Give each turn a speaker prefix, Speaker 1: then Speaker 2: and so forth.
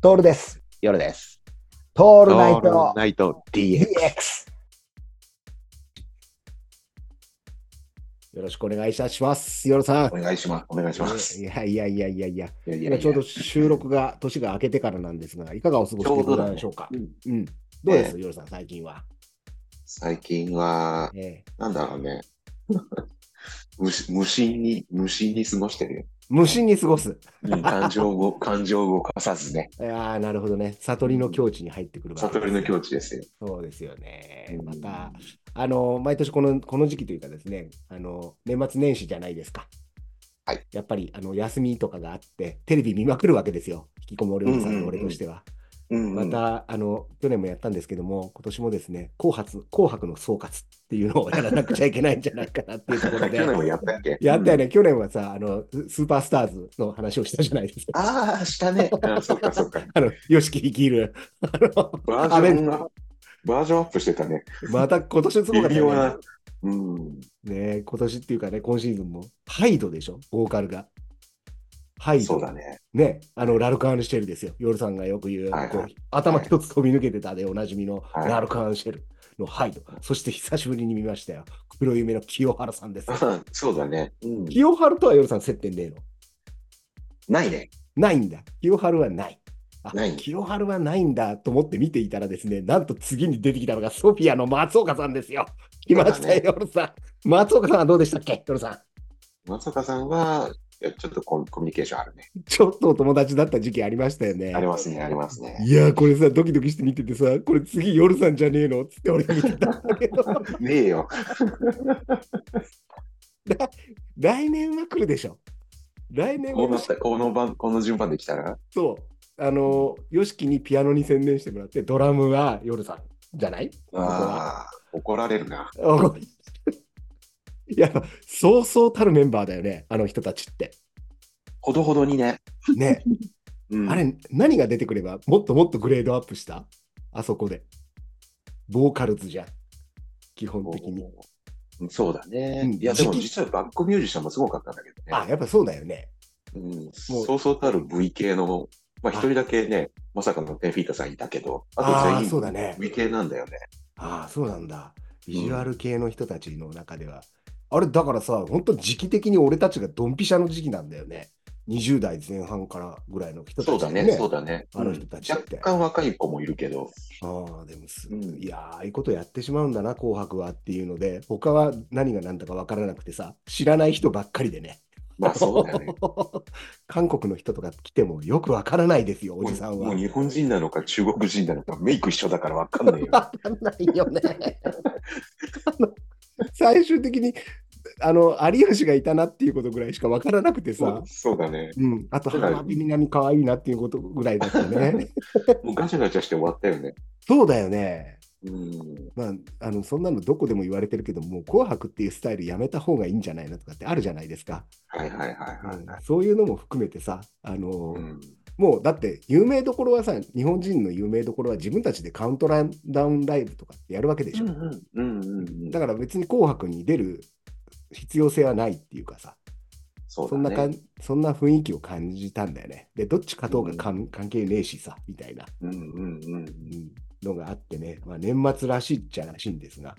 Speaker 1: トールです。
Speaker 2: 夜です。
Speaker 1: ト
Speaker 2: オ
Speaker 1: ールナイト
Speaker 2: ナイト DX。
Speaker 1: DX。よろしくお願いいたします。よろさん
Speaker 2: お。願いします。お願いします。
Speaker 1: いやいやいやいやいや、
Speaker 2: いやいやい
Speaker 1: 今
Speaker 2: や
Speaker 1: ちょうど収録が年が明けてからなんですが、いかがお過ごしでございましょうか。
Speaker 2: うん
Speaker 1: うん、どうです、よろさん、最近は。
Speaker 2: 最近は、
Speaker 1: ええ
Speaker 2: なんだろうね。 無し無心に、無心に過ごしてるよ。
Speaker 1: 無心に過ごす。
Speaker 2: 感情を、 感情を動かさずね。
Speaker 1: ああ、なるほどね。悟りの境地に入ってくるわけ
Speaker 2: 悟
Speaker 1: です
Speaker 2: りの境地ですよ。
Speaker 1: そうですよね
Speaker 2: う。ん
Speaker 1: また、あの、毎年この、この時期というかですね、あの、年末年始じゃないですか。
Speaker 2: はい。
Speaker 1: やっぱり、あの、休みとかがあって、テレビ見まくるわけですよ。引きこもりおじさん
Speaker 2: うんうんう
Speaker 1: の
Speaker 2: ん
Speaker 1: 俺としては。
Speaker 2: うん
Speaker 1: また、あの、去年もやったんですけども、今年もですね、紅白、紅白の総括っていうのをやらなくちゃいけないんじゃないかなっていうところ
Speaker 2: 去
Speaker 1: で。
Speaker 2: 年もやったっけ
Speaker 1: やったよ
Speaker 2: ね。
Speaker 1: ね、去年はさ、あの、ススーパースターズの話をしたじゃないですか。
Speaker 2: ああ、した ね。あそっかそっか。
Speaker 1: あの、ヨシキ率いる、あの、
Speaker 2: バージョンが、バージョンアップしてたね。
Speaker 1: また今年のすごかった
Speaker 2: 微
Speaker 1: よ
Speaker 2: 妙
Speaker 1: ね。
Speaker 2: な。うん。
Speaker 1: ねえ今年っていうかね、今シーズンも、ハイドでしょ、ボーカルが。ハイド。
Speaker 2: そうだね。
Speaker 1: ねあの、ラルカーン・シェルですよ。ヨルさんがよく言う、
Speaker 2: はいはい
Speaker 1: こう頭一つ飛び抜けてたでおなじみの、
Speaker 2: はい
Speaker 1: ラルカーン・シェルのハイド。そして久しぶりに見ましたよ。黒夢の清原さん です。
Speaker 2: そうだね。うん
Speaker 1: 清原とはヨルさん接点ねえの
Speaker 2: ないね。
Speaker 1: ないんだ。清原はない。あ
Speaker 2: ない
Speaker 1: 清原はないんだと思って見ていたらですね、なんと次に出てきたのがソフィアの松岡さんですよ。来ましたよ、ヨルさん。松岡さんはどうでしたっけ、ヨルさん。
Speaker 2: 松岡さんは、いやちょっとコミコミュニケーションあるね。
Speaker 1: ちょっとお友達だった時期ありましたよね。
Speaker 2: ありますね、ありますね。
Speaker 1: いやー、これさ、ドキドキして見ててさ、これ次、夜さんじゃねえのっつって俺見てたんだけ ど、
Speaker 2: ねえよ。
Speaker 1: 来年は来るでしょ。来年
Speaker 2: こうな
Speaker 1: は
Speaker 2: っ、た、この番、この順番できたら。
Speaker 1: そう、あのー、ヨシキにピアノに専念してもらって、ドラムは夜さんじゃない
Speaker 2: ああ、怒られる
Speaker 1: あ
Speaker 2: な。
Speaker 1: ごめんいや、そうそうたるメンバーだよね、あの人たちって。
Speaker 2: ほどほどにね。
Speaker 1: ね、
Speaker 2: うん
Speaker 1: あれ、何が出てくれば、もっともっとグレードアップしたあそこで。ボーカルズじゃん、基本的に。
Speaker 2: うんそうだ
Speaker 1: うん
Speaker 2: ね。いや、でも
Speaker 1: 時期
Speaker 2: 実はバックミュージシャンもすごかったんだけど
Speaker 1: あ、
Speaker 2: ね。
Speaker 1: やっぱそうだよね。
Speaker 2: うん、
Speaker 1: もう
Speaker 2: そうそうたる V 系の、まあ
Speaker 1: あ
Speaker 2: 一人だけね、まさかのテンフィータさんいたけど、
Speaker 1: あ
Speaker 2: あ
Speaker 1: あー、そ
Speaker 2: と
Speaker 1: うだね
Speaker 2: 全員。V 系なんだよね。
Speaker 1: ああ、そうなんだ。ビジュアル系の人たちの中では。あれ、だからさ、本当時期的に俺たちがドンピシャの時期なんだよね。20代前半からぐらいの人
Speaker 2: そ
Speaker 1: た
Speaker 2: う
Speaker 1: ち
Speaker 2: だ
Speaker 1: だよ
Speaker 2: ね、
Speaker 1: ね。
Speaker 2: そうだね。
Speaker 1: あの人たち
Speaker 2: うん
Speaker 1: って
Speaker 2: 若干若い子もいるけど、
Speaker 1: ああ、でもす、
Speaker 2: うん
Speaker 1: いやーああいうことやってしまうんだな、紅白はっていうので、他は何が何だか分からなくてさ、知らない人ばっかりでね。
Speaker 2: まあそうだよね。
Speaker 1: 韓国の人とか来てもよく分からないですよ、 おじさん
Speaker 2: もう
Speaker 1: は
Speaker 2: もう。日本人なのか中国人なのか、メイク一緒だからわかんないよ。
Speaker 1: わかんないよね。あの 最終的にあの有吉がいたなっていうことぐらいしか分からなくて
Speaker 2: そ
Speaker 1: さ
Speaker 2: う、そうだね。
Speaker 1: うん、あと
Speaker 2: だから
Speaker 1: 花火南可愛いなっていうことぐらいだった ね。
Speaker 2: もうガチャガチャして終わったよね。
Speaker 1: そうだよね。
Speaker 2: うん。
Speaker 1: まあ、あのそんなのどこでも言われてるけどもう「紅白」っていうスタイルやめた方がいいんじゃないのとかってあるじゃないですか、
Speaker 2: はいはいはいは
Speaker 1: う
Speaker 2: い
Speaker 1: ん
Speaker 2: はい。
Speaker 1: そういうのも含めてさあの、
Speaker 2: うん
Speaker 1: もうだって有名どころはさ日本人の有名どころは自分たちでカウントダウンライブとかってやるわけでしょ、
Speaker 2: うんうんうんうん
Speaker 1: だから別に紅白に出る必要性はないっていうかさ、
Speaker 2: そう
Speaker 1: そ
Speaker 2: だ
Speaker 1: んなか
Speaker 2: ね。
Speaker 1: んそんな雰囲気を感じたんだよね。で、どっち勝とうがかん関係ねえしさ、みたいな
Speaker 2: うんうんうん
Speaker 1: うんのがあってね、まあ、年末らしいっちゃらしいんですが、